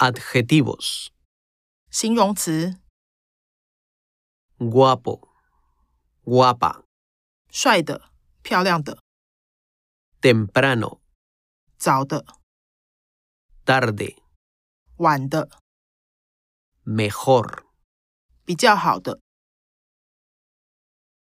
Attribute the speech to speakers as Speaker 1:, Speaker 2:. Speaker 1: Adjetivos.
Speaker 2: 形容词，
Speaker 1: Guapo. Guapa.
Speaker 2: 帅的、漂亮的、
Speaker 1: Temprano.
Speaker 2: 早的、
Speaker 1: Tarde.
Speaker 2: 晚的、
Speaker 1: Mejor.
Speaker 2: 比较好的。